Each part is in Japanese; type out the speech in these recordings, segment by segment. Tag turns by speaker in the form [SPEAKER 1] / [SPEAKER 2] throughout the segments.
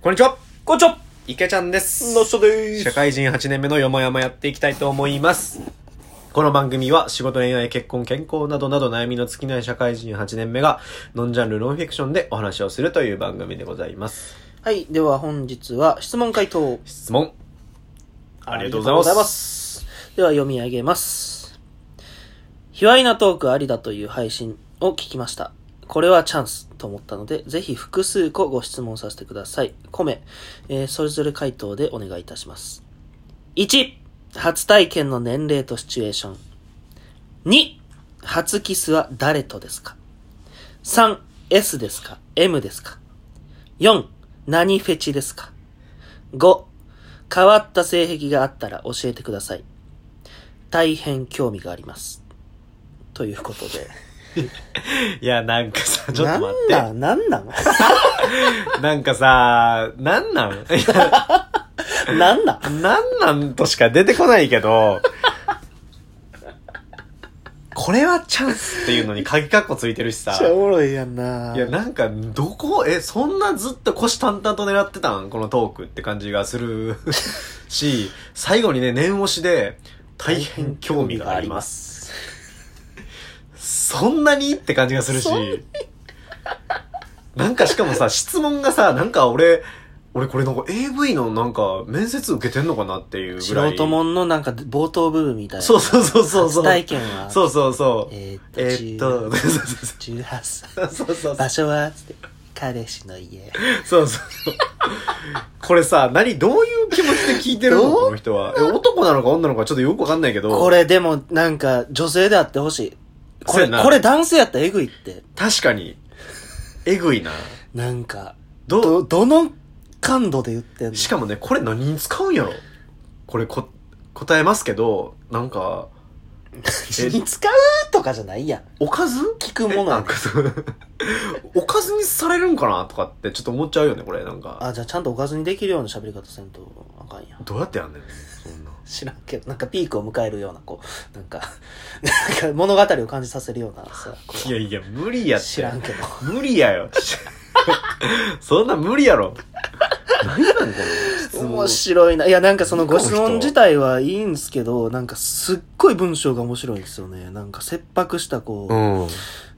[SPEAKER 1] こんにちは
[SPEAKER 2] こんにちは
[SPEAKER 1] 池ちゃんです
[SPEAKER 2] のっしょで
[SPEAKER 1] 社
[SPEAKER 2] す
[SPEAKER 1] 会人8年目のよもやまやっていきたいと思いますこの番組は仕事恋愛結婚健康などなど悩みの尽きない社会人8年目がノンジャンルノンフィクションでお話をするという番組でございます
[SPEAKER 2] はい、では本日は質問回答。
[SPEAKER 1] 質問ありがとうございます
[SPEAKER 2] ありがとうございますでは読み上げます。卑猥なトークありだという配信を聞きました。これはチャンスと思ったので、ぜひ複数個ご質問させてください。米、えーそれぞれ回答でお願いいたします。1、初体験の年齢とシチュエーション。2、初キスは誰とですか ?3、S ですか ?M ですか ?4、何フェチですか5変わった性癖があったら教えてください大変興味がありますということで
[SPEAKER 1] いやなんかさ ちょっ
[SPEAKER 2] な
[SPEAKER 1] と
[SPEAKER 2] ん
[SPEAKER 1] 待って
[SPEAKER 2] なんな んなん
[SPEAKER 1] なんかさなんなん いや
[SPEAKER 2] なんなん
[SPEAKER 1] なんなんとしか出てこないけ ど、これはチャンスっていうのに鍵カッコついてるしさ。
[SPEAKER 2] ちゃおもろいやんない
[SPEAKER 1] や、なんか、どこ、え、そんなずっと腰淡々と狙ってたんこのトークって感じがす るし、最後にね、念押しで、大変興味があります。
[SPEAKER 2] す
[SPEAKER 1] そんなにって感じがするし
[SPEAKER 2] そんなに。
[SPEAKER 1] なんかしかもさ、質問がさ、なんか俺、俺これなんか AV のなんか面接受けてんのかなっていうぐらい。
[SPEAKER 2] 素人もんのなんか冒頭部分みたいな
[SPEAKER 1] そうそうそうそうそう。
[SPEAKER 2] 初体験は
[SPEAKER 1] そうそうそう。
[SPEAKER 2] え
[SPEAKER 1] え
[SPEAKER 2] ー
[SPEAKER 1] ーっ
[SPEAKER 2] っ
[SPEAKER 1] と
[SPEAKER 2] と、
[SPEAKER 1] そう
[SPEAKER 2] 18歳
[SPEAKER 1] そうそう。
[SPEAKER 2] 場所はつって彼氏の家
[SPEAKER 1] そうそうそう。これさ、何、どういう気持ちで聞いてるの
[SPEAKER 2] どう
[SPEAKER 1] この人は。え男なのか女なのかちょっとよくわかんないけど。
[SPEAKER 2] これでもなんか女性であってほしいこ
[SPEAKER 1] そうや
[SPEAKER 2] れ
[SPEAKER 1] な
[SPEAKER 2] これ男性やったらえぐいって
[SPEAKER 1] 確かに、えぐいな。
[SPEAKER 2] なんか
[SPEAKER 1] ど
[SPEAKER 2] どどの感度で言ってんの
[SPEAKER 1] しかもね、これ何に使うんやろこれこ、答えますけど、なんか、え
[SPEAKER 2] に使うとかじゃないやん。
[SPEAKER 1] おかず
[SPEAKER 2] 聞くもの
[SPEAKER 1] な
[SPEAKER 2] や
[SPEAKER 1] ん
[SPEAKER 2] ん
[SPEAKER 1] かそう、 おかずにされるんかなとかってちょっと思っちゃうよね、これ。なんか、
[SPEAKER 2] あ、じゃあちゃんとおかずにできるような喋り方せんとあかんやん。
[SPEAKER 1] どうやってやんねん。そんな。
[SPEAKER 2] 知らんけど、なんかピークを迎えるような、こう、なんか、なんか物語を感じさせるようなさ、こう
[SPEAKER 1] いやいや、無理やって。
[SPEAKER 2] 知らんけど。
[SPEAKER 1] 無理やよ。そんな無理やろ。何やねん、この質問。
[SPEAKER 2] 面白いな。いや、なんかそのご質
[SPEAKER 1] この
[SPEAKER 2] 問
[SPEAKER 1] 人
[SPEAKER 2] 自体はいいんですけど、なんかすっごい文章が面白いんですよね。なんか切迫した、こう、
[SPEAKER 1] うん。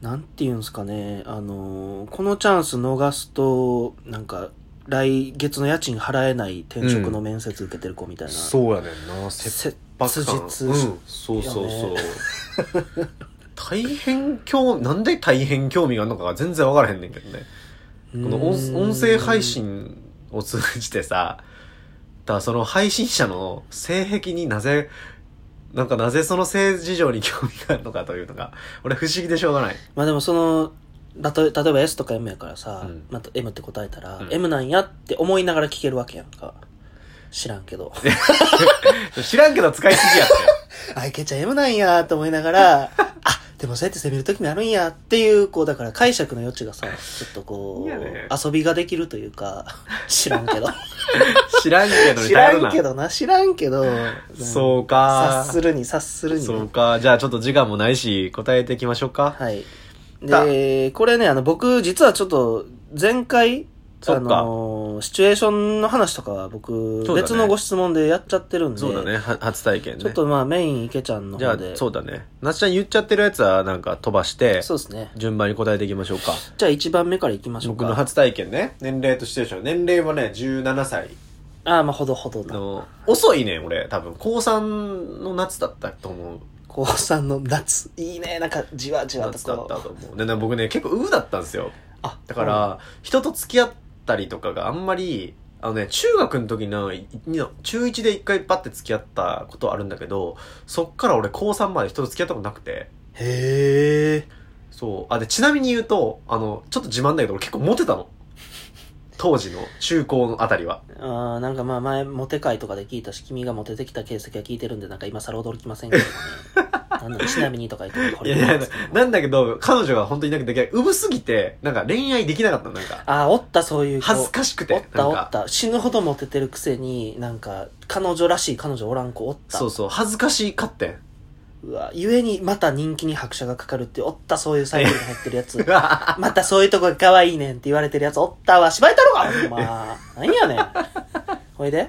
[SPEAKER 2] なんていうんですかね、あのーこのチャンス逃すと、なんか、来月の家賃払えない転職の面接受けてる子みたいな。
[SPEAKER 1] そうやねんな、切
[SPEAKER 2] 切
[SPEAKER 1] 迫感。
[SPEAKER 2] 実
[SPEAKER 1] うん、そうそう
[SPEAKER 2] よ
[SPEAKER 1] そう
[SPEAKER 2] ね。
[SPEAKER 1] 大変興、なんで大変興味があるのかが全然わからへんねんけどね。
[SPEAKER 2] こ
[SPEAKER 1] この音音声配信を通じてさ、だからその配信者の性癖になぜ、なんかなぜその性事情に興味があるのかというのが、俺不思議でしょうがない。
[SPEAKER 2] まあでもそのだと例えば S とか M やからさ、
[SPEAKER 1] うん
[SPEAKER 2] また M って答えたら、
[SPEAKER 1] うん
[SPEAKER 2] M なんやって思いながら聞けるわけやんか知らんけど
[SPEAKER 1] 知らんけど使いすぎやって。
[SPEAKER 2] あいけちゃん M なんやと思いな がらあでもそうやって攻める時もあるんやっていうこうだから解釈の余地がさちょっとこ、
[SPEAKER 1] いうやね
[SPEAKER 2] 遊びができるという か知らんけど
[SPEAKER 1] 知らんけどに
[SPEAKER 2] 知
[SPEAKER 1] 頼
[SPEAKER 2] ら
[SPEAKER 1] るな。
[SPEAKER 2] んけどな知らんけどう
[SPEAKER 1] そう
[SPEAKER 2] か
[SPEAKER 1] か。
[SPEAKER 2] 察するに察するに
[SPEAKER 1] そうか。じゃあちょっと時間もないし、答えていきましょうか。
[SPEAKER 2] はい。
[SPEAKER 1] だ
[SPEAKER 2] で、これね、あの、僕、実はちょっと、前回、
[SPEAKER 1] そっ
[SPEAKER 2] あ
[SPEAKER 1] か
[SPEAKER 2] のー、シチュエーションの話とかは僕、
[SPEAKER 1] そうだね
[SPEAKER 2] 別のご質問でやっちゃってるんで、
[SPEAKER 1] そうだね。は初体験ね。
[SPEAKER 2] ちょっとまあ、メイン池ちゃんの
[SPEAKER 1] じゃ
[SPEAKER 2] 方
[SPEAKER 1] あ
[SPEAKER 2] で、、
[SPEAKER 1] そうだね。なっちゃん言っちゃってるやつはなんか飛ばして、
[SPEAKER 2] そうですね。
[SPEAKER 1] 順番に答えていきましょうか。
[SPEAKER 2] じゃあ、1番目からいきましょう
[SPEAKER 1] 僕
[SPEAKER 2] か。
[SPEAKER 1] の初体験ね。年齢としてでしょ。年齢はね、17歳
[SPEAKER 2] ああ、まあ、ほどほどな。
[SPEAKER 1] の、遅いね、俺。多分、高3の夏だったと思う。
[SPEAKER 2] 高3の夏、いいね、なんか、じわじわと
[SPEAKER 1] 夏だった
[SPEAKER 2] こ
[SPEAKER 1] と思う。で、ね僕ね、結構ウーだったんですよ。
[SPEAKER 2] う。あ、
[SPEAKER 1] だから、人と付き合ったりとかがあんまり、あのね、中学の時の、い中1で一回パッて付き合ったことあるんだけど、そっから俺高3まで人と付き合ったことなくて、
[SPEAKER 2] うん、へえ。
[SPEAKER 1] そう。あ、で、ちなみに言うと、あの、ちょっと自慢だけど、俺結構モテたの。当時の中高のあたりは。
[SPEAKER 2] あーなんかまあ前、モテ会とかで聞いたし、君がモテてきた形跡は聞いてるんで、なんか今更驚きませんけどね。 なんだろうちなみにとか言って、こ
[SPEAKER 1] い
[SPEAKER 2] れ
[SPEAKER 1] やいや、なんだけど、彼女が本当にいなくて、うぶすぎて、なんか恋愛できなかったの、なんか。
[SPEAKER 2] あ、おった、そういう子。
[SPEAKER 1] 恥ずかしくて。
[SPEAKER 2] おった、
[SPEAKER 1] な
[SPEAKER 2] お
[SPEAKER 1] ん
[SPEAKER 2] っ
[SPEAKER 1] か
[SPEAKER 2] た。死ぬほどモテてるくせに、なんか、彼女らしい彼女おらん子おった。
[SPEAKER 1] そうそう、恥ずかしかってん。
[SPEAKER 2] うわゆえにまた人気に拍車がかかるっておったそういうサイクルに入ってるやつ
[SPEAKER 1] あ
[SPEAKER 2] またそういうとこが可愛いねんって言われてるやつおったわ芝居太郎かほんま何やねんほいで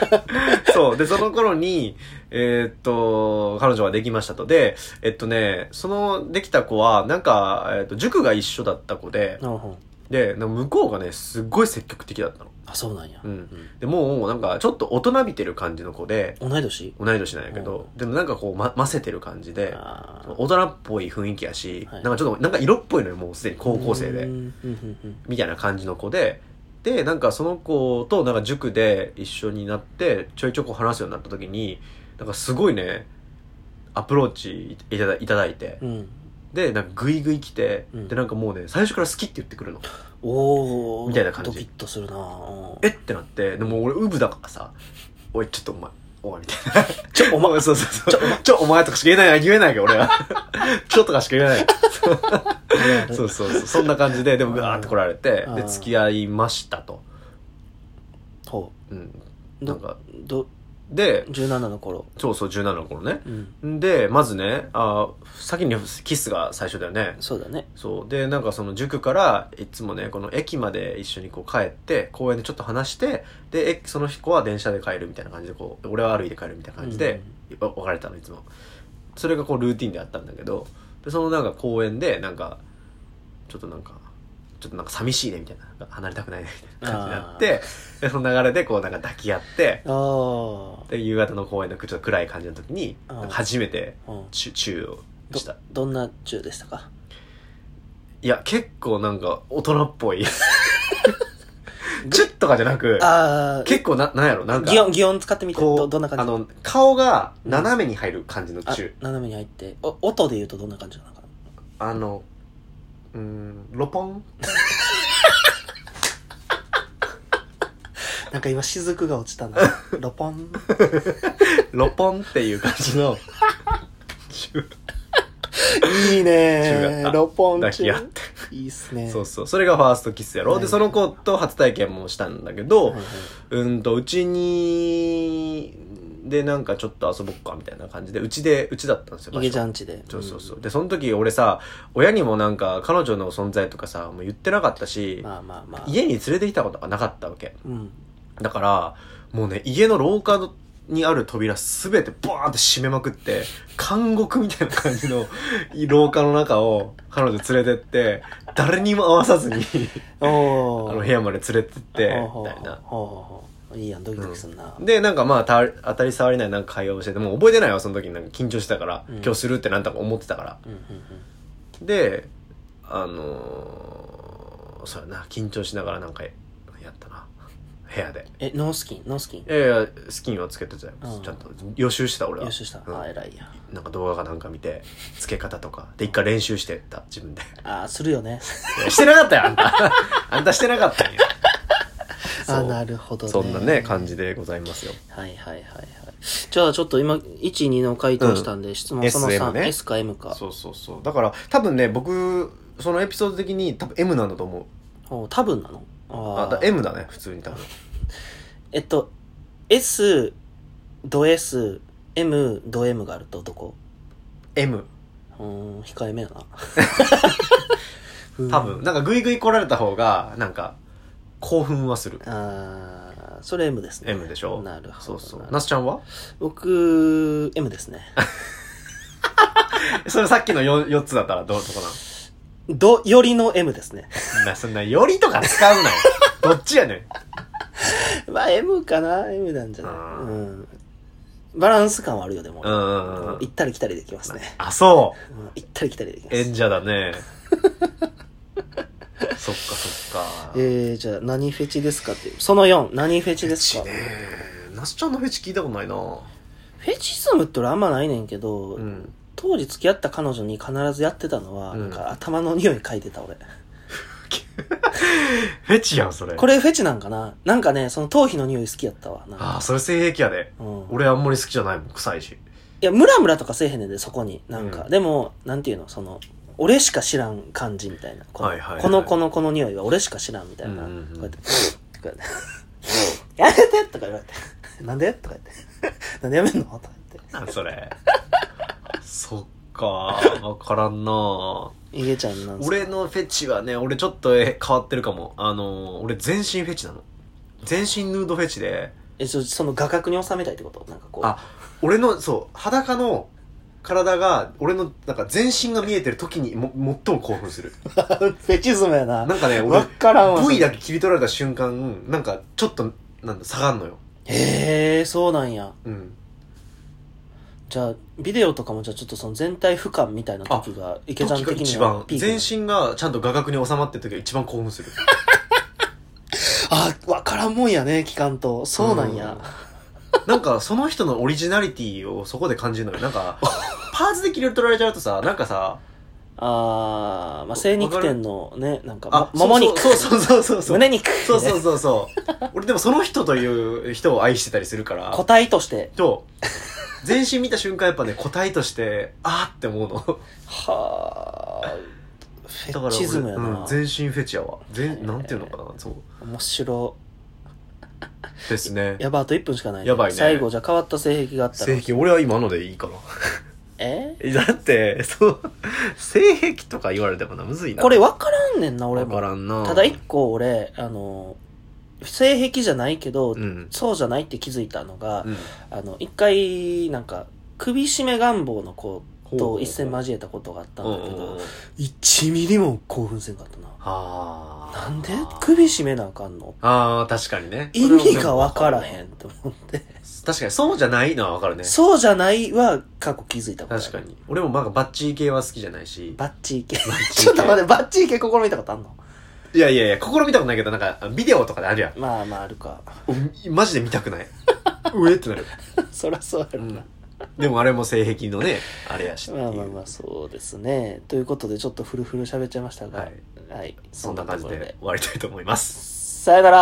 [SPEAKER 1] そう。で、その頃に、えーっと、彼女はできましたと。で、えっとね、そのできた子は、なんか、えーっと、塾が一緒だった子で、
[SPEAKER 2] なるほど
[SPEAKER 1] で、なんか向こうがね、すっごい積極的だったの。
[SPEAKER 2] あそうなんや、
[SPEAKER 1] うんで、もう、なんか、ちょっと大人びてる感じの子で、
[SPEAKER 2] 同い年
[SPEAKER 1] 同い年なんやけど、でもなんかこう、ま、ませてる感じで、
[SPEAKER 2] あー
[SPEAKER 1] 大人っぽい雰囲気やし、
[SPEAKER 2] はい
[SPEAKER 1] なんかちょっと、なんか色っぽいのよ、もうすでに高校生で。
[SPEAKER 2] うんうんうんうん
[SPEAKER 1] みたいな感じの子で、で、なんかその子となんか塾で一緒になって、ちょいちょいこう話すようになった時に、なんかすごいね、アプローチいただいただいて、
[SPEAKER 2] うん
[SPEAKER 1] で、なんかグイグイ来て、
[SPEAKER 2] うん
[SPEAKER 1] で、なんかもうね、最初から好きって言ってくるの。
[SPEAKER 2] おお
[SPEAKER 1] みたいな感じ
[SPEAKER 2] ドキッとするなうん
[SPEAKER 1] えってなって、でも俺ウブだからさ、おい、ちょっとお前、おい、みたいな。
[SPEAKER 2] ちょお
[SPEAKER 1] お前、
[SPEAKER 2] 前
[SPEAKER 1] そうそうそう。ちょ、お前とかしか言えない、言えないけど、 俺は。ちょとかしか言えない。 そうそうそう。そんな感じで、でも、ガーって来られて
[SPEAKER 2] う、ん
[SPEAKER 1] で、付き合いましたと。
[SPEAKER 2] ほ
[SPEAKER 1] うん。
[SPEAKER 2] う
[SPEAKER 1] なんか、
[SPEAKER 2] ど
[SPEAKER 1] で、
[SPEAKER 2] 17の頃
[SPEAKER 1] そうそう、17の頃ね。
[SPEAKER 2] うん
[SPEAKER 1] で、まずね、あ先にキスが最初だよね。
[SPEAKER 2] そうだね
[SPEAKER 1] そう。で、なんかその塾から、いつもね、この駅まで一緒にこう帰って、公園でちょっと話して、で、えその子は電車で帰るみたいな感じで、こう、俺は歩いて帰るみたいな感じで、わ別れたの、いつも。それがこう、ルーティンであったんだけど、で、そのなんか公園で、なんか、ちょっとなんか、ちょっとなんか寂しいね、みたいな。なんか離れたくないね、みたいな感じになって、で、その流れでこう、なんか抱き合って、
[SPEAKER 2] ああ
[SPEAKER 1] で夕方の公園のちょっと暗い感じの時に
[SPEAKER 2] うん
[SPEAKER 1] なんか初めて
[SPEAKER 2] うん
[SPEAKER 1] チュチューを
[SPEAKER 2] ど
[SPEAKER 1] した
[SPEAKER 2] どんな中でしたか
[SPEAKER 1] いや結構なんか大人っ ぽいチュッとかじゃなく
[SPEAKER 2] ああ
[SPEAKER 1] 結構ななんやろなんか
[SPEAKER 2] 擬音擬音使ってみて
[SPEAKER 1] こ
[SPEAKER 2] ど
[SPEAKER 1] う
[SPEAKER 2] どんな感じ
[SPEAKER 1] あの顔が斜めに入る感じのチ
[SPEAKER 2] あ
[SPEAKER 1] ュー
[SPEAKER 2] 斜めに入ってお音で言うとどんな感じなのかな
[SPEAKER 1] あのうーんロポン
[SPEAKER 2] なんか今雫が落ちた なロポン
[SPEAKER 1] ロポンっていう感じ のチュ
[SPEAKER 2] いいね
[SPEAKER 1] 中
[SPEAKER 2] ロポン
[SPEAKER 1] 抱
[SPEAKER 2] 中
[SPEAKER 1] き合って
[SPEAKER 2] いいっすね
[SPEAKER 1] ーそうそうそれがファーストキスやろ、
[SPEAKER 2] はい
[SPEAKER 1] でその子と初体験もしたんだけど、
[SPEAKER 2] はいはい
[SPEAKER 1] うんと、うちに、で、なんかちょっと遊ぼっか、みたいな感じで、うちで、うちだったんですよ、
[SPEAKER 2] イゲジ
[SPEAKER 1] 場
[SPEAKER 2] ャ
[SPEAKER 1] 所
[SPEAKER 2] ンチで
[SPEAKER 1] そうそうそう。で、その時俺さ、親にもなんか彼女の存在とかさ、もう言ってなかったし、
[SPEAKER 2] んまあまあまあ
[SPEAKER 1] 家に連れてきたことがなかったわけ。
[SPEAKER 2] うん
[SPEAKER 1] だから、もうね、家の廊下にある扉すべてバーンって閉めまくって、監獄みたいな感じの 廊下の中を彼女連れてって、誰にも会わさずに、あ
[SPEAKER 2] お
[SPEAKER 1] の部
[SPEAKER 2] 屋
[SPEAKER 1] 屋まで連れてって、みたいな。
[SPEAKER 2] いいやんドキドキすんな
[SPEAKER 1] で、なんかまあ、た当たり障りないなんか会話をしてて、もう覚えてないわ、その時になんか緊張してたから、
[SPEAKER 2] うん
[SPEAKER 1] 今日するってなんとか思ってたから。
[SPEAKER 2] うんうん
[SPEAKER 1] で、あのー、そうやな、緊張しながらなんかやったな。部屋で。
[SPEAKER 2] えノースキンノースキン
[SPEAKER 1] いやいや、スキンはつけてたよ。
[SPEAKER 2] うん
[SPEAKER 1] ちゃんと。予習してた、俺は。
[SPEAKER 2] 優秀した
[SPEAKER 1] うん
[SPEAKER 2] あ偉いや
[SPEAKER 1] なんか動画かなんか見て、つけ方とか。で、一回練習してった、自分で。
[SPEAKER 2] あーするよね
[SPEAKER 1] いやしてなかったよ、あんた。あんたしてなかったんや。そ
[SPEAKER 2] あ
[SPEAKER 1] う
[SPEAKER 2] なるほどね
[SPEAKER 1] そんなね、感じでございますよ。
[SPEAKER 2] はいはいはいはいじゃあちょっと今12の回答したんで質問その
[SPEAKER 1] S M ね
[SPEAKER 2] 3S, S か M か
[SPEAKER 1] そうそうそう。だから、多分ね、僕、そのエピソード的に多分 M なんだと思う。
[SPEAKER 2] お多分なのあ
[SPEAKER 1] あ、だ M だね、普通に多分。
[SPEAKER 2] えっと S ド S M ド M があるとどこ
[SPEAKER 1] M。
[SPEAKER 2] うーん控えめだな
[SPEAKER 1] 多分。なんか、グイグイ来られた方が、なんか、興奮はする。
[SPEAKER 2] ああそれ M ですね
[SPEAKER 1] M でしょ
[SPEAKER 2] なるほど
[SPEAKER 1] そうそう。
[SPEAKER 2] な
[SPEAKER 1] なすちゃんは
[SPEAKER 2] 僕 M ですね
[SPEAKER 1] それさっきの 4, 4つだったらどう、どこな
[SPEAKER 2] どよりの M ですね
[SPEAKER 1] のな、そんな、よりとか使 うなよ。どっちやねん。
[SPEAKER 2] まあ M かな M なんじゃない
[SPEAKER 1] あー
[SPEAKER 2] うんバランス感はあるよでも、
[SPEAKER 1] うんうんうん
[SPEAKER 2] 行ったり来たりできますね、
[SPEAKER 1] あ、そ
[SPEAKER 2] うん行ったり来たりできま
[SPEAKER 1] う。
[SPEAKER 2] す
[SPEAKER 1] 演者だ ね。そっかそっか。
[SPEAKER 2] えー、じゃあ何フェチですかっていうその4何フェチですか
[SPEAKER 1] ねえなすちゃんのフェチ聞いたことないな
[SPEAKER 2] フェチズムって俺あんまないねんけど、
[SPEAKER 1] うん。
[SPEAKER 2] 当時付き合った彼女に必ずやってたのは、
[SPEAKER 1] うん
[SPEAKER 2] なんか頭の匂い嗅いでた俺
[SPEAKER 1] フェチやん、それ。
[SPEAKER 2] これフェチなんかななんかねその頭皮の匂い好きやったわなんか
[SPEAKER 1] ああ、それ性癖やで。
[SPEAKER 2] うん、い
[SPEAKER 1] 俺あんまり好きじゃないもん、臭いし。
[SPEAKER 2] やムラムラとかせえへんねんでそこになんか、
[SPEAKER 1] うん
[SPEAKER 2] でもなんていうのその俺しか知らん感じみたいなこの、
[SPEAKER 1] はいはいはい
[SPEAKER 2] このこのこの匂いは俺しか知らんみたいな、
[SPEAKER 1] うんうんうん
[SPEAKER 2] こうやって「こうやって やめ て!」とか言われて「なんで?」とか言って「なんでやめんの?」とか言って
[SPEAKER 1] なんそれ。 そっかわからんな
[SPEAKER 2] イゲちゃんなんすか
[SPEAKER 1] 俺のフェチはね俺ちょっとえ変わってるかもあの俺全身フェチなの全身ヌードフェチで
[SPEAKER 2] えそその画角に収めたいってことなんかこう
[SPEAKER 1] あ俺のそう裸の体が俺のなんか全身が見えてる時にも最も興奮する
[SPEAKER 2] フェチズムやな
[SPEAKER 1] なん かね
[SPEAKER 2] わ
[SPEAKER 1] 俺
[SPEAKER 2] からんわ
[SPEAKER 1] V だけ切り取られた瞬間なんかちょっとなんだ下がんのよ
[SPEAKER 2] へえそうなんや
[SPEAKER 1] うん
[SPEAKER 2] じゃあビデオとかもじゃあちょっとその全体俯瞰みたいな時がイケちゃん
[SPEAKER 1] 時が
[SPEAKER 2] 的に
[SPEAKER 1] 一
[SPEAKER 2] は
[SPEAKER 1] 番
[SPEAKER 2] ピーク
[SPEAKER 1] 全身がちゃんと画角に収まってる時が一番興奮する
[SPEAKER 2] あわからんもんやね期間とそうなんや、
[SPEAKER 1] うんなんかその人のオリジナリティをそこで感じるのよなん かパーツで切り取られちゃうとさなんかさ
[SPEAKER 2] あーまあ精肉店のねなんか
[SPEAKER 1] あ
[SPEAKER 2] ももも肉
[SPEAKER 1] そうそうそうそうそう
[SPEAKER 2] 胸肉
[SPEAKER 1] そうそう
[SPEAKER 2] ね
[SPEAKER 1] そうそう俺でもその人という人を愛してたりするから
[SPEAKER 2] 個体として
[SPEAKER 1] と全身見た瞬間やっぱね個体としてあーって思うの
[SPEAKER 2] はあフ
[SPEAKER 1] だから
[SPEAKER 2] ェチズムやな、
[SPEAKER 1] 俺うん全身フェチやわ
[SPEAKER 2] へー
[SPEAKER 1] 全なんていうのかなそう
[SPEAKER 2] 面白
[SPEAKER 1] ですね
[SPEAKER 2] やばあと1分しかない、
[SPEAKER 1] やばいね
[SPEAKER 2] 最後じゃあ変わった性癖があったら
[SPEAKER 1] 性癖俺は今のでいいかな
[SPEAKER 2] え
[SPEAKER 1] えだってそう性癖とか言われてもなむずいな
[SPEAKER 2] これ分からんねんな俺
[SPEAKER 1] わか
[SPEAKER 2] も
[SPEAKER 1] らんな
[SPEAKER 2] ただ一個俺あの性癖じゃないけど、
[SPEAKER 1] うん
[SPEAKER 2] そうじゃないって気づいたのが、
[SPEAKER 1] うん
[SPEAKER 2] あの一回なんか首絞め願望の子と一戦
[SPEAKER 1] ジ
[SPEAKER 2] 交えたことがあったんだけ
[SPEAKER 1] うんうんう
[SPEAKER 2] ど
[SPEAKER 1] ん
[SPEAKER 2] 1ミリも興奮せんかったな
[SPEAKER 1] ああ。
[SPEAKER 2] なんで首絞めなあかんの
[SPEAKER 1] ああ、確かにね。
[SPEAKER 2] 意味が分からへ
[SPEAKER 1] ん。
[SPEAKER 2] んと思って、
[SPEAKER 1] 確かに、そうじゃないのはわかるね。
[SPEAKER 2] そうじゃないは過去気づいたことある
[SPEAKER 1] 確かに。俺もなんかバッチー系は好きじゃないし。
[SPEAKER 2] バッチイケ
[SPEAKER 1] ッ チイ系
[SPEAKER 2] ちょっと待ってバッチイケ試みたことあんの
[SPEAKER 1] いやいやいや、心見たことないけど、なんか、ビデオとかであるやん
[SPEAKER 2] まあまああるか
[SPEAKER 1] お。マジで見たくない。うえってなる。
[SPEAKER 2] そらそうやろな、
[SPEAKER 1] でもあれも性癖のね、あれやしっていう。
[SPEAKER 2] まあまあまあそうですねということでちょっとフルフル喋っちゃいましたが
[SPEAKER 1] はい
[SPEAKER 2] はい、
[SPEAKER 1] そんな感じで終わりたいと思います。
[SPEAKER 2] さよなら